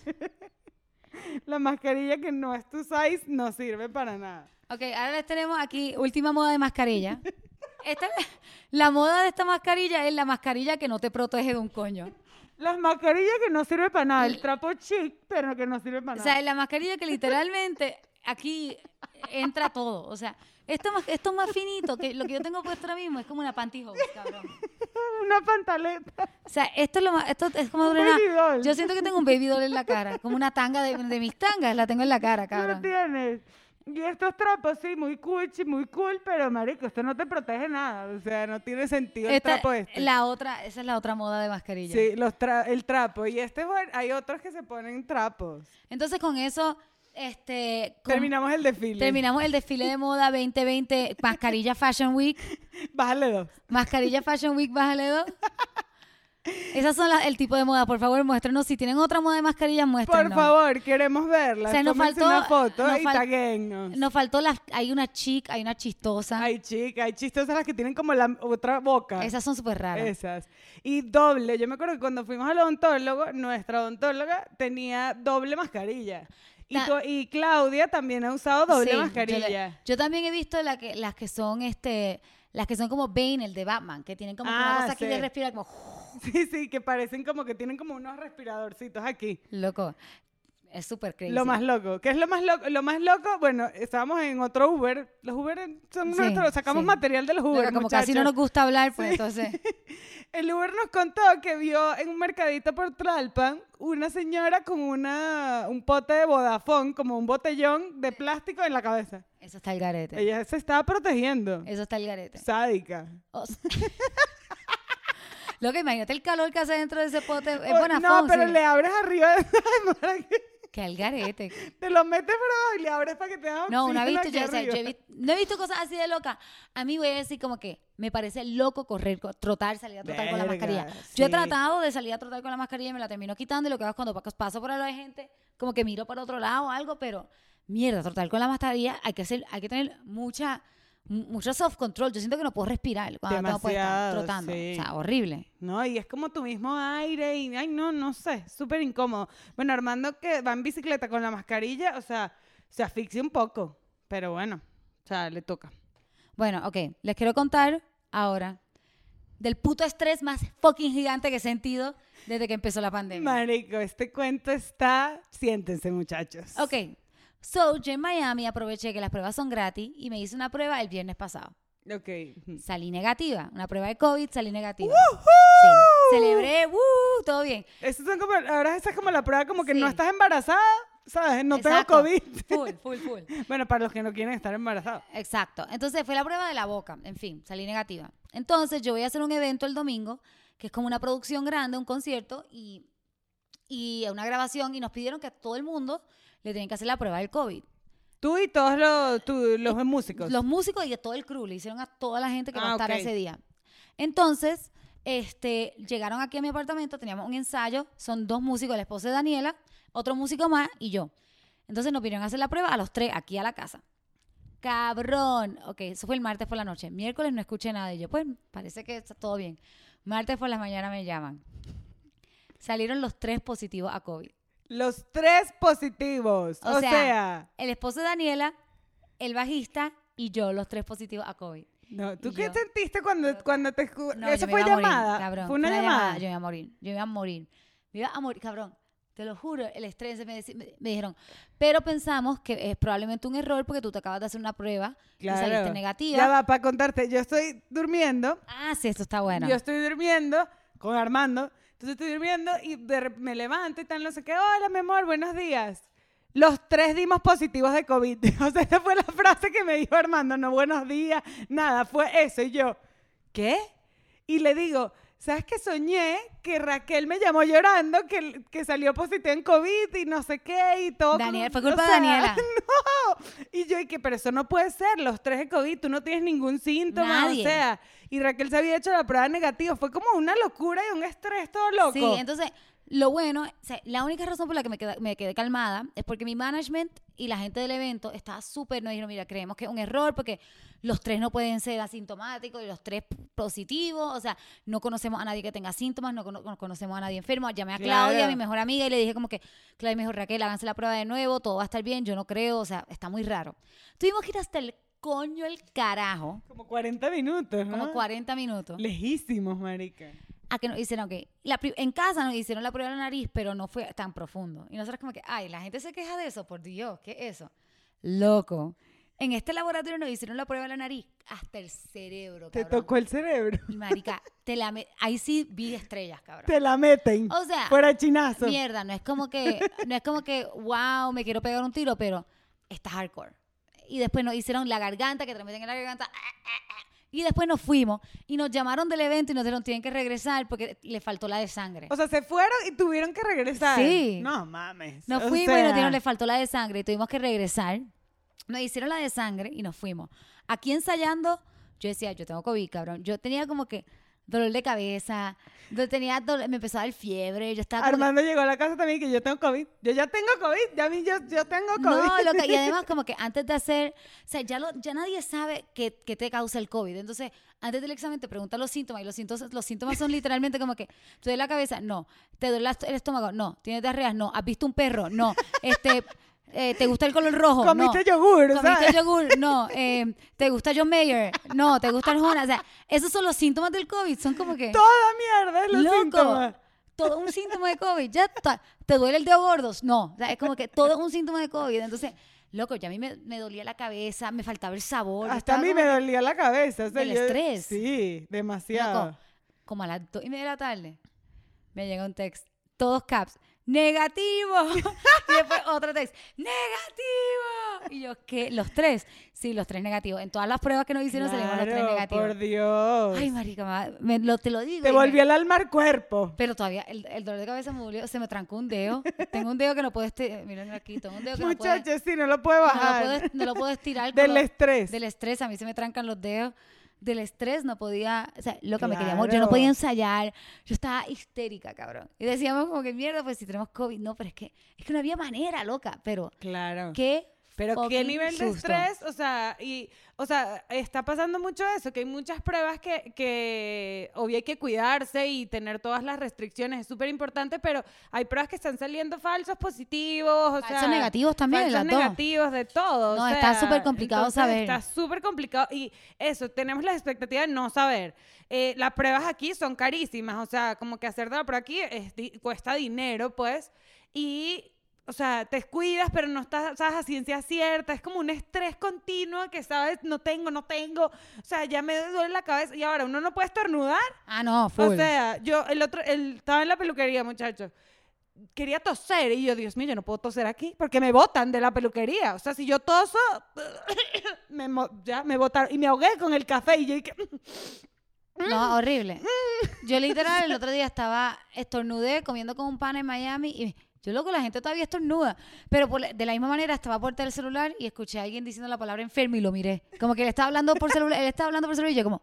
La mascarilla que no es tu size no sirve para nada. Ok, ahora les tenemos aquí última moda de mascarilla. Esta, la moda de esta mascarilla es la mascarilla que no te protege de un coño. Las mascarillas que no sirve para nada. El trapo chic, pero que no sirve para O nada. sea, es la mascarilla que literalmente aquí entra todo. O sea, esto, más- esto es más finito que lo que yo tengo puesto ahora mismo es como una pantyhose, cabrón. Una pantaleta. O sea, esto es, lo más, esto es como Un de una- baby doll. Yo siento que tengo un baby doll en la cara, como una tanga de, de mis tangas, la tengo en la cara, Lo cabrón. tienes. Y estos trapos, sí, muy cuchi, muy cool, pero marico, esto no te protege nada. O sea, no tiene sentido el Esta- trapo este. La otra, esa es la otra moda de mascarilla. Sí, los tra- el trapo. Y este, bueno, hay otros que se ponen trapos. Entonces con eso, este, con- Terminamos el desfile. Terminamos el desfile de moda 2020, mascarilla Fashion Week, Bájale dos. mascarilla Fashion Week, bájale dos. Esas son las- el tipo de moda. Por favor, muéstrenos. Si tienen otra moda de mascarilla, muéstrenos. Por favor, queremos verla. O sea, nos Tómense faltó- una foto nos y fal- taguéennos. Nos faltó las... Hay una chic, hay una chistosa. Ay, chica, hay chistosas las que tienen como la otra boca. Esas son súper raras. Esas. Y doble. Yo me acuerdo que cuando fuimos al odontólogo, nuestra odontóloga tenía doble mascarilla. Y, Ta- tu- y Claudia también ha usado doble Sí, yo le- mascarilla. Yo, también he visto la que, las que son este... Las que son como Bane, el de Batman, que tienen como que una Ah, cosa que sí. le respira como... Sí, sí, que parecen como que tienen como unos respiradorcitos aquí. Loco, es súper crazy. Lo más loco. ¿Qué es lo más loco? Lo más loco, bueno, estábamos en otro Uber. Los Uber son Sí, nuestros, sacamos sí. material de los Loco, Uber. como casi no muchachos. nos gusta hablar, pues Sí. entonces... El Uber nos contó que vio en un mercadito por Tlalpan una señora con una, un pote de Vodafone, como un botellón de plástico en la cabeza. Eso está el garete. Ella se estaba protegiendo. Eso está el garete. Sádica. O sea- Loco, imagínate el calor que hace dentro de ese pote. Es O- buena no, pero le abres arriba de- Que al garete. te lo metes pero y le abres para que te haga No, una oxígeno vista, aquí yo, o sea, yo he arriba. vi- no he visto cosas así de loca. A mí voy a decir como que me parece loco correr, co- trotar, salir a trotar con la Verga, mascarilla. Yo he sí. tratado de salir a trotar con la mascarilla y me la termino quitando y lo que hago es cuando pa- paso por al lado de gente, como que miro para otro lado o algo, pero mierda, trotar con la mascarilla hay que hacer, hay que tener mucha mu- mucho self control. Yo siento que no puedo respirar cuando la tengo puesta Demasiado, trotando. sí. O sea, horrible. No, y es como tu mismo aire y, ay, no, no sé, súper incómodo. Bueno, Armando que va en bicicleta con la mascarilla, o sea, se asfixia un poco, pero bueno, o sea, le toca. Bueno, ok, les quiero contar ahora del puto estrés más fucking gigante que he sentido desde que empezó la pandemia. Marico, este cuento está, siéntense muchachos. Ok, so yo en Miami aproveché que las pruebas son gratis y me hice una prueba el viernes pasado. Ok. Salí negativa, una prueba de COVID, salí negativa. ¡Woohoo! Sí, celebré, ¡uh! todo bien. Esas son como, ahora esa es como la prueba, como que no Sí. estás embarazada, ¿sabes? No Exacto. tengo COVID. Full, full, full. Bueno, para los que no quieren estar embarazados. Exacto. Entonces fue la prueba de la boca. En fin, salí negativa. Entonces yo voy a hacer un evento el domingo, que es como una producción grande, un concierto y, y una grabación. Y nos pidieron que a todo el mundo le tienen que hacer la prueba del COVID. Tú y todos los, tú- los músicos. Los músicos y a todo el crew le hicieron a toda la gente que va Ah, a estar ok. ese día. Entonces, este, llegaron aquí a mi apartamento, teníamos un ensayo, son dos músicos, la esposa de Daniela, otro músico más y yo. Entonces nos vinieron a hacer la prueba a los tres, aquí a la casa. Cabrón. Ok, eso fue el martes por la noche. Miércoles no escuché nada y yo, pues parece que está todo bien. Martes por la mañana me llaman. Salieron los tres positivos a COVID. Los tres positivos. O O, sea, sea, El esposo de Daniela, el bajista y yo, los tres positivos a COVID. no, ¿tú y qué yo- sentiste cuando, cuando te escu- No, yo Eso me fue iba a morir, llamada. cabrón. fue una, llamada. Yo me iba a morir. Yo me iba a morir. Me iba a morir, cabrón. Te lo juro, el estrés me, deci- me- me dijeron. Pero pensamos que es probablemente un error porque tú te acabas de hacer una prueba y saliste negativa. Ya va, para contarte, yo estoy durmiendo. Ah, sí, esto está bueno. Yo estoy durmiendo con Armando. Entonces estoy durmiendo y de rep- me levanto y tal, no sé qué. Hola, mi amor, buenos días. Los tres dimos positivos de COVID. O sea, esa fue la frase que me dijo Armando. No, buenos días, nada, fue eso. Y yo, ¿qué? Y le digo, ¿sabes qué soñé? Que Raquel me llamó llorando, que, que salió positiva en COVID y no sé qué y todo. Daniel, como- fue culpa o de sea, Daniela. No. Y yo, y que, pero eso no puede ser. Los tres de COVID, tú no tienes ningún síntoma. Nadie. O sea, y Raquel se había hecho la prueba negativa. Fue como una locura y un estrés todo loco. Sí, entonces, lo bueno, o sea, la única razón por la que me, queda- me quedé calmada es porque mi management y la gente del evento estaba súper, nos dijeron, mira, creemos que es un error porque los tres no pueden ser asintomáticos y los tres p- positivos, o sea, no conocemos a nadie que tenga síntomas, no, cono- no conocemos a nadie enfermo. Llamé a Claudia, Claro. mi mejor amiga, y le dije como que, Claudia me dijo, Raquel, háganse la prueba de nuevo, todo va a estar bien, yo no creo, o sea, está muy raro. Tuvimos que ir hasta el coño el carajo, Como 40 minutos, ¿no? como 40 minutos Lejísimos, marica. a que nos hicieron que la pri- en casa nos hicieron la prueba de la nariz, pero no fue tan profundo. Y nosotros como que, ay, la gente se queja de eso, por Dios, ¿qué es eso? Loco. En este laboratorio nos hicieron la prueba de la nariz hasta el cerebro, Te cabrón. tocó el cerebro. Y, Marica, te la me- ahí sí vi estrellas, cabrón. Te la meten. O sea, Fuera chinazo. Mierda, no es como que, no es como que, wow, me quiero pegar un tiro, pero está hardcore. Y después nos hicieron la garganta, que te la meten en la garganta. ah, Y después nos fuimos y nos llamaron del evento y nos dijeron, tienen que regresar porque le faltó la de sangre. O sea, se fueron y tuvieron que regresar. Sí. No mames. Nos O fuimos y sea, nos dieron, le faltó la de sangre y tuvimos que regresar. Nos hicieron la de sangre y nos fuimos. Aquí ensayando, yo decía, yo tengo COVID, cabrón. Yo tenía como que, dolor de cabeza, do- tenía dole- me empezó a dar fiebre, yo estaba como que- Armando llegó a la casa también que yo tengo COVID. Yo ya tengo COVID, ya vi, yo, yo tengo COVID. No, lo que- y además como que antes de hacer, o sea, ya, lo- ya nadie sabe qué, qué te causa el COVID. Entonces, antes del examen te preguntan los síntomas y los síntomas, los síntomas son literalmente como que, ¿te duele la cabeza? No. ¿Te duele la- el estómago? No. ¿Tienes diarreas? No. ¿Has visto un perro? No. Este, eh, ¿Te gusta el color rojo? Comiste no. yogur, ¿Comiste ¿sabes? yogur? No. Eh, ¿Te gusta John Mayer? No. ¿Te gusta Arjona? O sea, esos son los síntomas del COVID. Son como que... Toda mierda es los Loco, síntomas. todo un síntoma de COVID. Ya está. ¿Te duele el dedo gordos? No. O sea, es como que todo es un síntoma de COVID. Entonces, loco, ya a mí me, me dolía la cabeza, me faltaba el sabor. yo Hasta a estaba mí como me que- dolía la cabeza. o sea, del yo- estrés. Sí, demasiado. Loco, como a las dos y media de la tarde, me llega un text. Todos caps. ¡Negativo! y después otro text. ¡Negativo! Y yo, ¿qué? ¿Los tres? Sí, los tres negativos. En todas las pruebas que nos hicieron salimos los tres Claro, Por negativos. Dios. Ay, marica, me- lo- te lo digo. Te y me- volvió el alma al cuerpo. Pero todavía el, el dolor de cabeza me volvió, se me trancó un dedo. Tengo un dedo que no puedo estirar. Miren aquí, tengo un dedo que no puedo- Muchachos, sí, no lo puede no lo bajar. puedo, est- no lo puedo estirar. con Del lo- estrés. Del estrés, a mí se me trancan los dedos. Del estrés no podía, o sea, loca, me quería Claro. morir. Yo no podía ensayar. Yo estaba histérica, cabrón. Y decíamos como que mierda, pues si tenemos COVID. No, pero es que, es que no había manera, loca. Pero, Claro. ¿qué? Pero qué fucking nivel de susto. estrés, o sea, y, o sea, está pasando mucho eso, que hay muchas pruebas que, que obvio hay que cuidarse y tener todas las restricciones, es súper importante, pero hay pruebas que están saliendo falsos positivos, o Falsos sea, negativos también, falsos las dos. negativos de todo. o No, está sea, súper complicado entonces saber. Está súper complicado y eso, tenemos la expectativa de no saber. Eh, las pruebas aquí son carísimas, o sea, como que hacerte la prueba aquí es di- cuesta dinero, pues, y, o sea, te descuidas, pero no estás, sabes, a ciencia cierta, es como un estrés continuo que sabes, no tengo, no tengo, o sea, ya me duele la cabeza y ahora uno no puede estornudar. Ah, no, full. O sea, yo el otro, el, estaba en la peluquería, muchachos. Quería toser y yo, Dios mío, yo no puedo toser aquí porque me botan de la peluquería. O sea, si yo toso, me, mo- ya me botaron y me ahogué con el café y yo dije, Mm. No, horrible. Yo literal el otro día estaba, estornudé comiendo con un pana en Miami y yo loco, la gente todavía estornuda. Pero por la- de la misma manera estaba por el celular y escuché a alguien diciendo la palabra enfermo y lo miré. Como que él estaba hablando por celular, él estaba hablando por celular y yo como,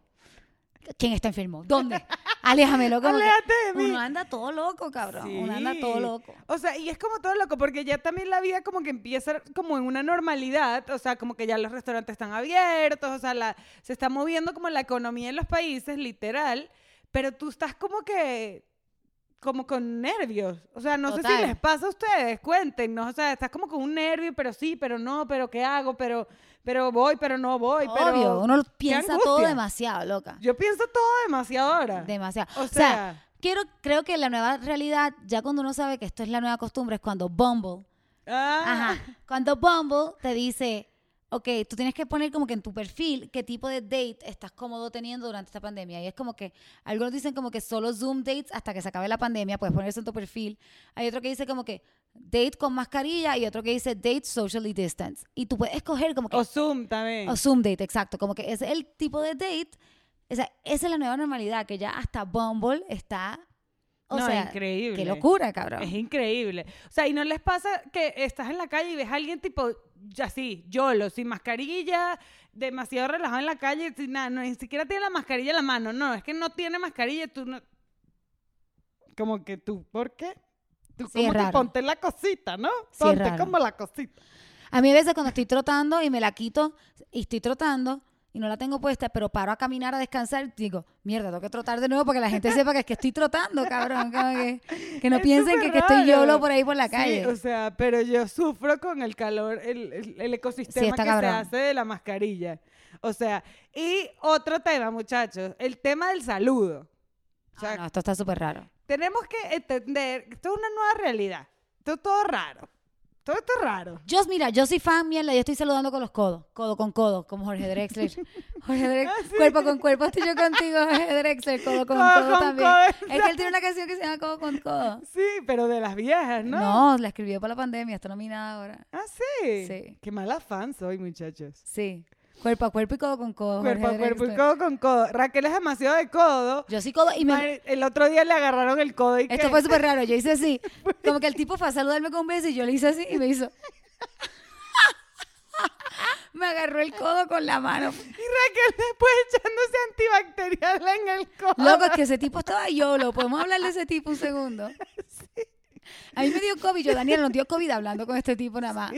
¿quién está enfermo? ¿Dónde? Aléjamelo. Como que aléjate de mí. uno anda todo loco, cabrón. Uno anda todo Sí. loco. O sea, y es como todo loco, porque ya también la vida como que empieza como en una normalidad, o sea, como que ya los restaurantes están abiertos, o sea, la, se está moviendo como la economía en los países, literal, pero tú estás como que, como con nervios, o sea, no sé si Total. les pasa a ustedes, cuéntenos, o sea, estás como con un nervio, pero sí, pero no, pero ¿qué hago? Pero, pero voy, pero no voy, Obvio, pero... uno lo piensa todo angustia. demasiado, loca. Yo pienso todo demasiado ahora. Demasiado. O O sea, sea- quiero, creo que la nueva realidad, ya cuando uno sabe que esto es la nueva costumbre, es cuando Bumble, Ah. ajá, cuando Bumble te dice, ok, tú tienes que poner como que en tu perfil qué tipo de date estás cómodo teniendo durante esta pandemia. Y es como que, algunos dicen como que solo Zoom dates hasta que se acabe la pandemia, puedes poner eso en tu perfil. Hay otro que dice como que date con mascarilla y otro que dice date socially distance. Y tú puedes escoger como que... O Zoom también. O Zoom date, exacto. Como que ese es el tipo de date. O sea, esa es la nueva normalidad, que ya hasta Bumble está. O No, sea, increíble. Qué locura, cabrón. Es increíble. O sea, y no les pasa que estás en la calle y ves a alguien tipo, ya así, yolo, sin mascarilla, demasiado relajado en la calle, sin nada, no, ni siquiera tiene la mascarilla en la mano. No, es que no tiene mascarilla, tú no. Como que tú, ¿por qué? Tú Sí, es como que raro. ponte la cosita, ¿no? es Ponte raro. como la cosita. A mí a veces cuando estoy trotando y me la quito y estoy trotando y no la tengo puesta, pero paro a caminar a descansar, digo, mierda, tengo que trotar de nuevo para que la gente sepa que es que estoy trotando, cabrón. como que, que no Es piensen que, súper que estoy raro. yolo por ahí por la Sí, calle. o sea, pero yo sufro con el calor, el, el- el ecosistema Sí, está que cabrón. se hace de la mascarilla. O sea, y otro tema, muchachos, el tema del saludo. O sea, Ah, no, esto está súper raro. tenemos que entender que esto es una nueva realidad. Esto es todo raro. Todo esto es raro. Yo, mira, yo soy fan, mierda, yo estoy saludando con los codos, codo con codo, como Jorge Drexler. Ah, Jorge Drexler, cuerpo con cuerpo, estoy yo contigo, Jorge Drexler, codo con Codo codo, con también. codo, es que él tiene una canción que se llama Codo con codo. Sí, pero de las viejas, ¿no? No, la escribió para la pandemia, está nominada ahora. Ah, sí. Sí. Qué mala fan soy, muchachos. Sí, cuerpo a cuerpo y codo con codo. Cuerpo a Oh, Jorge cuerpo y Drexler. codo con codo. Raquel es demasiado de codo. Yo sí codo y me, Madre, El otro día le agarraron el codo y Esto que- fue súper raro. Yo hice así. Pues Como que el tipo fue a saludarme con un beso y yo le hice así y me hizo. Me agarró el codo con la mano. Raquel después echándose antibacterial en el codo. Loco, es que ese tipo estaba yolo. ¿Podemos hablar de ese tipo un segundo? A mí me dio COVID. Yo, Daniel, nos dio COVID hablando con este tipo nada más.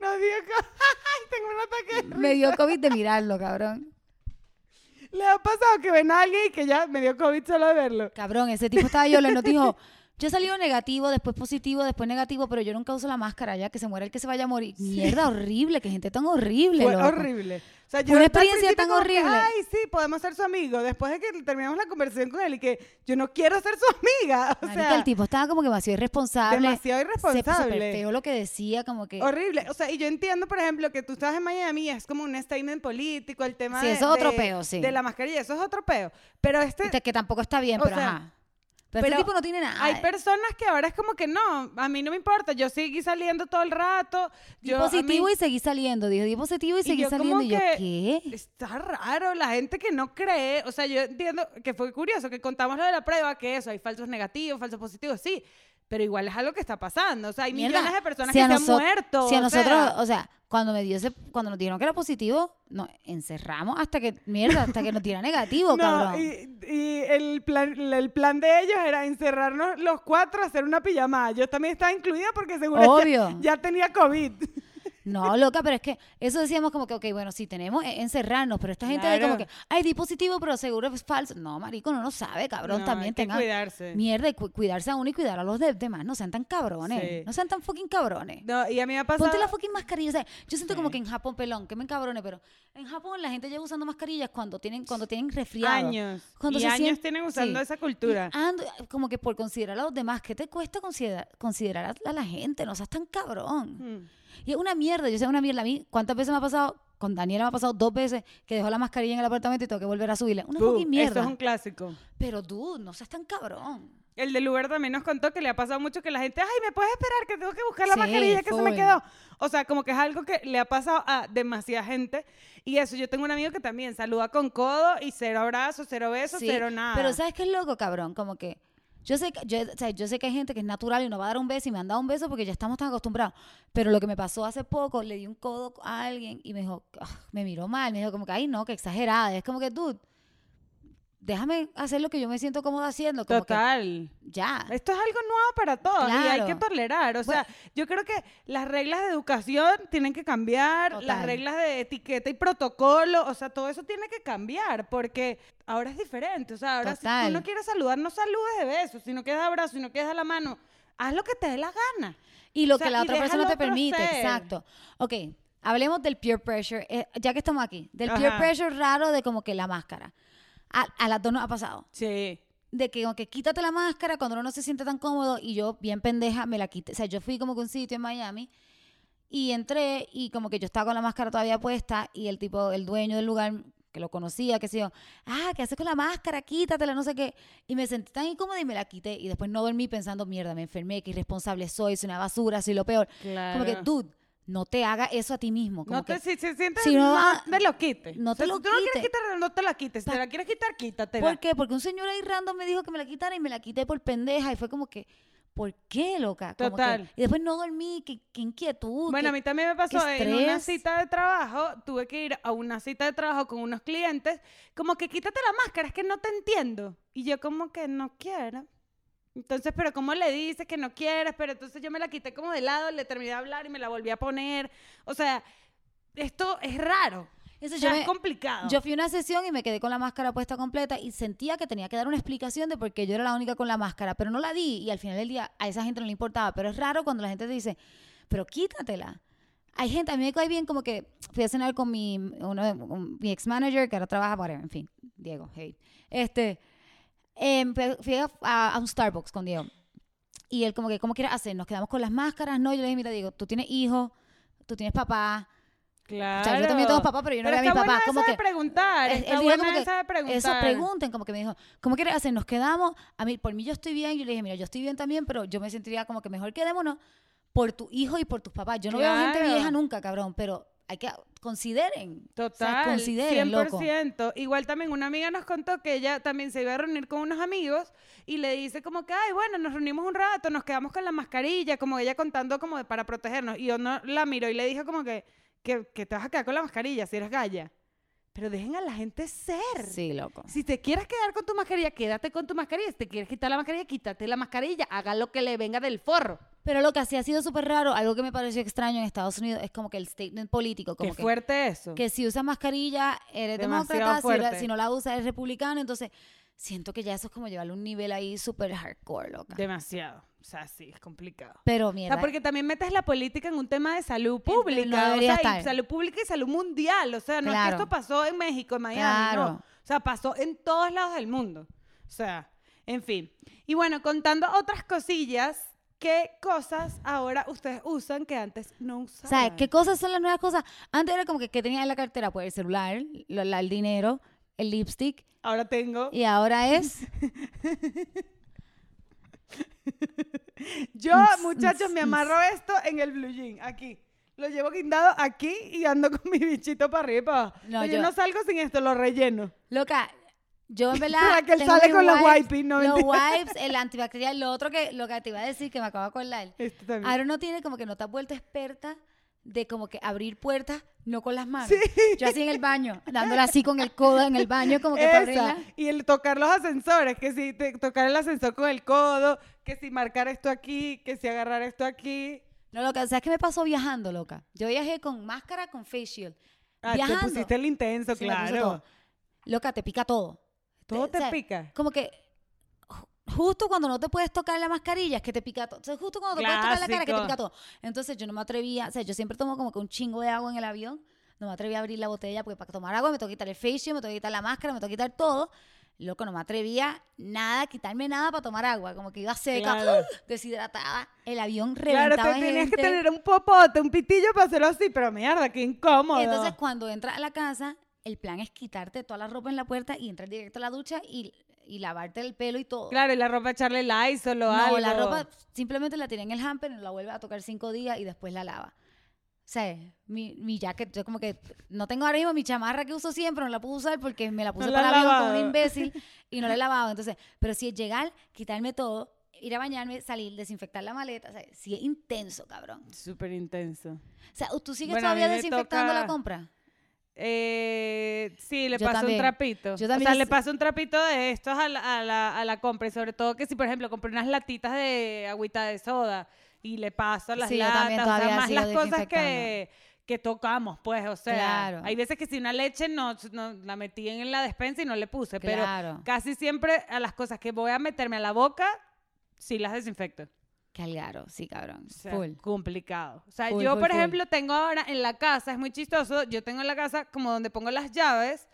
No digo que... Ay, tengo un ataque. de Me dio COVID de mirarlo, cabrón. risa. ¿Le ha pasado que ven a alguien y que ya me dio COVID solo de verlo? Cabrón, ese tipo estaba yolo y nos dijo... Yo he salido negativo, después positivo, después negativo, pero yo nunca uso la máscara ya, que se muera el que se vaya a morir. Mierda, horrible, que gente tan horrible. Fue loco. horrible. O sea, Fue una al experiencia principio tan como que, horrible. Ay, sí, podemos ser su amigo. Después de que terminamos la conversación con él y que yo no quiero ser su amiga. O Marica, sea, el tipo estaba como que demasiado irresponsable. demasiado Se, eh. irresponsable. súper feo lo que decía, como que... Horrible. O sea, y yo entiendo, por ejemplo, que tú estás en Miami y es como un statement político, el tema Sí, de, eso es otro de- peo, sí. de la mascarilla, eso es otro peo. Pero este, y te- que tampoco está bien, o pero sea, ajá. Pero, este pero tipo no tiene nada. hay personas que ahora es como que no, a mí no me importa, yo seguí saliendo todo el rato. Di Yo, a positivo mí- y seguí saliendo, dijo. Di positivo y seguí yo saliendo. como Y yo, que- ¿qué? Está raro la gente que no cree, o sea, yo entiendo que fue curioso que contamos lo de la prueba, que eso, hay falsos negativos, falsos positivos, sí, pero igual es algo que está pasando, o sea, hay Mierda, millones de personas si que a se han noso- muerto. Si a o nosotros, oh, sea. o sea, cuando me dio ese, cuando nos dijeron que era positivo, nos encerramos hasta que, mierda, hasta que nos diera negativo, cabrón. Y, y el, plan, el plan de ellos era encerrarnos los cuatro a hacer una pijamada. Yo también estaba incluida porque seguro ya- Obvio. Ya, tenía COVID. No, loca, pero es que eso decíamos como que, ok, bueno, sí tenemos eh, encerrarnos, pero esta gente de como Claro. que, ay, di positivo, pero seguro es falso. No, marico, no lo sabe, cabrón, No, hay también que tengan cuidarse. mierda y cu- cuidarse a uno y cuidar a los de- demás. No sean tan cabrones, Sí. no sean tan fucking cabrones. No, y a mí me ha pasado... Ponte la fucking mascarilla. o sea, yo siento como Sí. que en Japón, pelón, que me encabrone, pero en Japón la gente lleva usando mascarillas cuando tienen, cuando tienen resfriado. años. Cuando y se años sien- tienen usando sí. esa Y ah, cultura. ando- como que por considerar a los demás, ¿qué te cuesta considerar, considerar a la gente? No seas tan cabrón. Mm. Y es una mierda, yo sé es una mierda. A mí, ¿cuántas veces me ha pasado? Con Daniela me ha pasado dos veces que dejó la mascarilla en el apartamento y tengo que volver a subirla. Una Buh, fucking mierda. Eso es un clásico. Pero, dude, no seas tan cabrón. El del Uber también nos contó que le ha pasado mucho que la gente, ay, me puedes esperar que tengo que buscar la Sí, mascarilla que se me full. quedó. O sea, como que es algo que le ha pasado a demasiada gente. Y eso, yo tengo un amigo que también saluda con codo y cero abrazo, cero beso, Sí, cero nada. Pero ¿sabes qué es loco, cabrón? Como que yo sé que, yo, o sea, yo sé que hay gente que es natural y no va a dar un beso y me han dado un beso porque ya estamos tan acostumbrados. Pero lo que me pasó hace poco, le di un codo a alguien y me dijo, "Ah", me miró mal, me dijo como que, ay no, que exagerada. Es como que, dude, déjame hacer lo que yo me siento cómoda haciendo. Como Total. que ya. Esto es algo nuevo para todos y hay que Claro. tolerar. O sea, yo creo que las reglas de educación tienen que cambiar, las Total. reglas de etiqueta y protocolo, o sea, todo eso tiene que cambiar porque ahora es diferente. O sea, ahora si Total. tú no quieres saludar, no saludes de besos, si no quieres dar abrazo, si no quieres dar la mano, haz lo que te dé la gana. Y lo O sea, que la y otra deja persona al te otro permite, ser. exacto. Ok, hablemos del peer pressure, eh, ya que estamos aquí, del peer Ajá. pressure raro de como que la máscara. A, a las dos nos ha pasado. Sí. De que como que quítate la máscara cuando uno no se siente tan cómodo y yo, bien pendeja, me la quité. O sea, yo fui como que a un sitio en Miami y entré y como que yo estaba con la máscara todavía puesta y el tipo, el dueño del lugar que lo conocía, que sé yo, ah, ¿qué haces con la máscara? Quítatela, no sé qué. Y me sentí tan incómoda y me la quité. Y después no dormí pensando, mierda, me enfermé, qué irresponsable soy, soy una basura, soy lo peor. Claro. Como que, dude, no te haga eso a ti mismo. Como No te, que, si, si sientes si no no va- te lo quites. no te O sea, lo si tú no quieres quites. quitar, no te la quites. Si Pa- te la quieres quitar, quítatela. ¿Por qué? Porque un señor ahí random me dijo que me la quitara y me la quité por pendeja. Y fue como que, ¿por qué, loca? Como que- Total. y después no dormí, qué, qué inquietud. Bueno, qué- a mí también me pasó qué en una estrés. cita de trabajo, tuve que ir a una cita de trabajo con unos clientes, como que quítate la máscara, es que no te entiendo. Y yo como que no quiero. Entonces, pero ¿cómo le dices que no quieres? Pero entonces yo me la quité como de lado, le terminé de hablar y me la volví a poner. O sea, esto es raro. Eso O yo sea, me- es complicado. Yo fui a una sesión y me quedé con la máscara puesta completa y sentía que tenía que dar una explicación de por qué yo era la única con la máscara, pero no la di y al final del día a esa gente no le importaba, pero es raro cuando la gente te dice, pero quítatela. Hay gente, a mí me cae bien como que fui a cenar con mi, uno de- un- mi ex manager que ahora trabaja para, en fin, Diego, hey. Este, em, fui- fui a, a- a un Starbucks con Diego y él como que, ¿cómo quieres hacer? Nos quedamos con las máscaras, no, yo le dije, mira, Diego, tú tienes hijos, tú tienes papá, claro. o sea, yo también tengo papá, pero yo no Pero era mi está papá. buena Como esa que, de preguntar, él- está él dijo buena como que, esa de preguntar. eso pregunten, como que me dijo, ¿cómo quieres hacer? Nos quedamos, a mí, por mí yo estoy bien, yo le dije, mira, yo estoy bien también, pero yo me sentiría como que mejor quedémonos por tu hijo y por tus papás. Yo no veo gente Claro. vieja nunca, cabrón, pero hay que, consideren. O sea, Total, consideren, loco. 100%. Igual también una amiga nos contó que ella también se iba a reunir con unos amigos y le dice como que, ay, bueno, nos reunimos un rato, nos quedamos con la mascarilla, como ella contando como de para protegernos. Y yo no la miro y le dije como que, que, que te vas a quedar con la mascarilla si eres galla. Pero dejen a la gente ser. Sí, loco. Si te quieres quedar con tu mascarilla, quédate con tu mascarilla. Si te quieres quitar la mascarilla, quítate la mascarilla. Haga lo que le venga del forro. Pero lo que sí ha sido súper raro, algo que me pareció extraño en Estados Unidos, es como que el statement político, como Qué que, fuerte eso. que si usas mascarilla eres Demasiado demócrata, si, la- fuerte. si no la usas eres republicano, entonces siento que ya eso es como llevarle un nivel ahí súper hardcore, loca. Demasiado. O sea, sí, es complicado. Pero O mierda. sea, porque también metes la política en un tema de salud pero no pública. debería o sea, y estar. salud pública y salud mundial. O sea, no es Claro. que esto pasó en México, en Miami, no. Claro. O sea, pasó en todos lados del mundo. O sea, en fin. Y bueno, contando otras cosillas, ¿qué cosas ahora ustedes usan que antes no O usaban? sea, ¿qué cosas son las nuevas cosas? Antes era como que, ¿qué tenía en la cartera? Pues el celular, lo- la- el dinero, el lipstick, Ahora tengo. y ahora es... Yo, mm, muchachos, me amarro esto en el blue jean, aquí. Lo llevo guindado aquí y ando con mi bichito para arriba. y para abajo. No, Oye, yo- no salgo sin esto, lo relleno. Loca, yo en verdad. Para que él tengo sale mis con los wipes, no Los mentira. wipes, el antibacterial, lo otro que, lo que te iba a decir que me acabo de acordar. Esto este también. Ahora no tiene como que no te has vuelto experta de como que abrir puertas, no con las manos. Yo así en el baño, dándola así con el codo en el baño, como que para Esa, abrirla. y el tocar los ascensores, que si te- tocar el ascensor con el codo, que si marcar esto aquí, que si agarrar esto aquí. No, loca, ¿sabes qué me pasó viajando, loca? Yo viajé con máscara, con face shield. Ah, te viajando. pusiste el intenso, se me puso claro. todo. Loca, te pica todo. Todo te o sea, pica. Como que ju- justo cuando no te puedes tocar la mascarilla es que te pica todo. O sea, justo cuando te puedes tocar la cara es que te pica todo. Entonces yo no me atrevía, o sea, yo siempre tomo como que un chingo de agua en el avión. No me atreví a abrir la botella porque para tomar agua me tengo que quitar el face shield, me tengo que quitar la máscara, me tengo que quitar todo. Loco, no me atrevía nada, quitarme nada para tomar agua. Como que iba seca, ¡uh! Claro. deshidratada. El avión reventaba Claro, te tenías que gente. tener un popote, un pitillo para hacerlo así, pero mierda, qué incómodo. Entonces, cuando entras a la casa, el plan es quitarte toda la ropa en la puerta y entrar directo a la ducha y, y lavarte el pelo y todo. claro, y la ropa echarle Lysol o no, algo. la ropa simplemente la tiene en el hamper, la vuelve a tocar cinco días y después la lava. O sea, mi, mi jacket, yo como que no tengo ahora mismo mi chamarra que uso siempre, no la puedo usar porque me la puse la para has el avión como lavado. un imbécil y no la he lavado. Entonces, pero si es llegar, quitarme todo, ir a bañarme, salir, desinfectar la maleta, o sea, sí es intenso, cabrón. Súper intenso. O sea, ¿tú sigues Bueno, a mí todavía me desinfectando toca- la compra? Eh, sí, le Yo paso un también. trapito. Yo o también sea, le es- paso un trapito de estos a la, a, la, a la compra. Y sobre todo que si, por ejemplo, compré unas latitas de agüita de soda y le paso a las Sí, yo latas. también o sea, todavía más sigo las cosas que, desinfectando. que tocamos, pues. O sea, Claro. hay veces que si una leche no, no- la metí en la despensa y no le puse. Pero Claro. casi siempre a las cosas que voy a meterme a la boca, sí las desinfecto. Calgaro, sí, cabrón. O sea, Full. complicado. O sea, Full, yo, full, por full. ejemplo, tengo ahora en la casa, es muy chistoso, yo tengo en la casa como donde pongo las llaves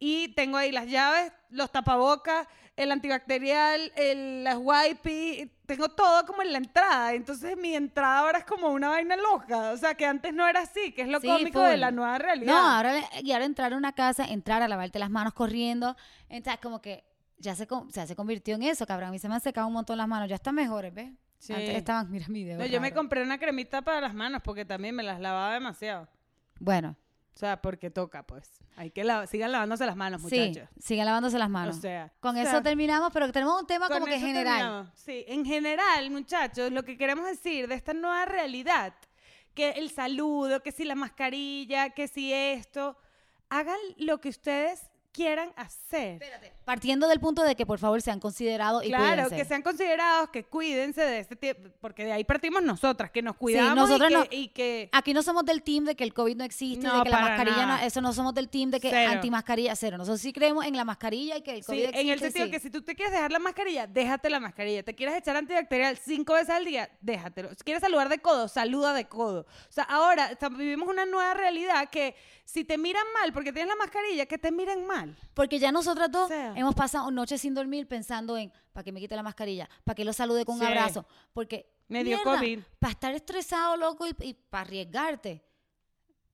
y tengo ahí las llaves, los tapabocas, el antibacterial, el, las wipes, tengo todo como en la entrada. Entonces mi entrada ahora es como una vaina loca. O sea, que antes no era así, que es lo Sí, cómico de full. la nueva realidad. No, ahora, le- y ahora entrar a una casa, entrar a lavarte las manos corriendo, entonces como que ya se, con- o sea, se convirtió en eso, cabrón. A mí se me han secado un montón las manos, ya están mejores, ¿ves? Sí. Antes estaban, mira mi dedo. No, yo me raro. compré una cremita para las manos porque también me las lavaba demasiado. Bueno, O sea, porque toca, pues. Hay que la- sigan lavándose las manos, sí, muchachos. sigan lavándose las O manos. sea, Con o sea, eso terminamos, pero tenemos un tema Con como que eso general. terminamos. Sí, en general, muchachos, lo que queremos decir de esta nueva realidad, que el saludo, que si la mascarilla, que si esto, hagan lo que ustedes quieran hacer. Partiendo del punto de que por favor sean considerados y Claro, cuídense. que sean considerados, que cuídense de este tiempo, porque de ahí partimos nosotras, que nos cuidamos nosotras y, que, no- y que- Aquí no somos del team de que el COVID no existe, No, de que la para mascarilla nada. no, eso no somos del team de que Cero. antimascarilla cero. Nosotros sí creemos en la mascarilla y que el COVID Sí, existe. en el y sentido sí. que si tú te quieres dejar la mascarilla, déjate la mascarilla. Te quieres echar antibacterial cinco veces al día, déjatelo. Si quieres saludar de codo, saluda de codo. O sea, ahora o sea, vivimos una nueva realidad que si te miran mal porque tienes la mascarilla, que te miren mal. Porque ya nosotras dos sea. hemos pasado noches sin dormir pensando en para que me quite la mascarilla, para que lo salude con Sí. un abrazo, porque Me dio COVID. para estar estresado, loco, y, para arriesgarte.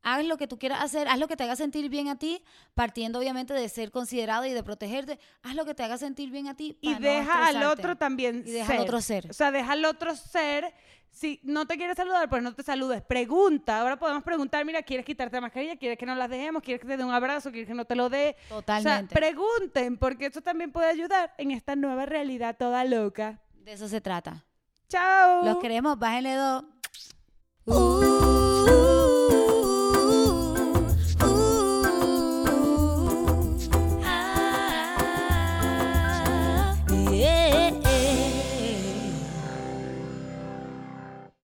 Haz lo que tú quieras hacer, haz lo que te haga sentir bien a ti, partiendo obviamente de ser considerado y de protegerte. Haz lo que te haga sentir bien a ti. Y pa Ah, no deja al estresarte. otro también Y deja al otro ser. O sea, deja al otro ser. Si no te quieres saludar, pues no te saludes. Pregunta. Ahora podemos preguntar, mira, ¿quieres quitarte la mascarilla? ¿Quieres que no las dejemos? ¿Quieres que te dé un abrazo? ¿Quieres que no te lo dé? Totalmente. O sea, pregunten, porque eso también puede ayudar en esta nueva realidad toda loca. De eso se trata. ¡Chao! Los queremos, bájenle dos.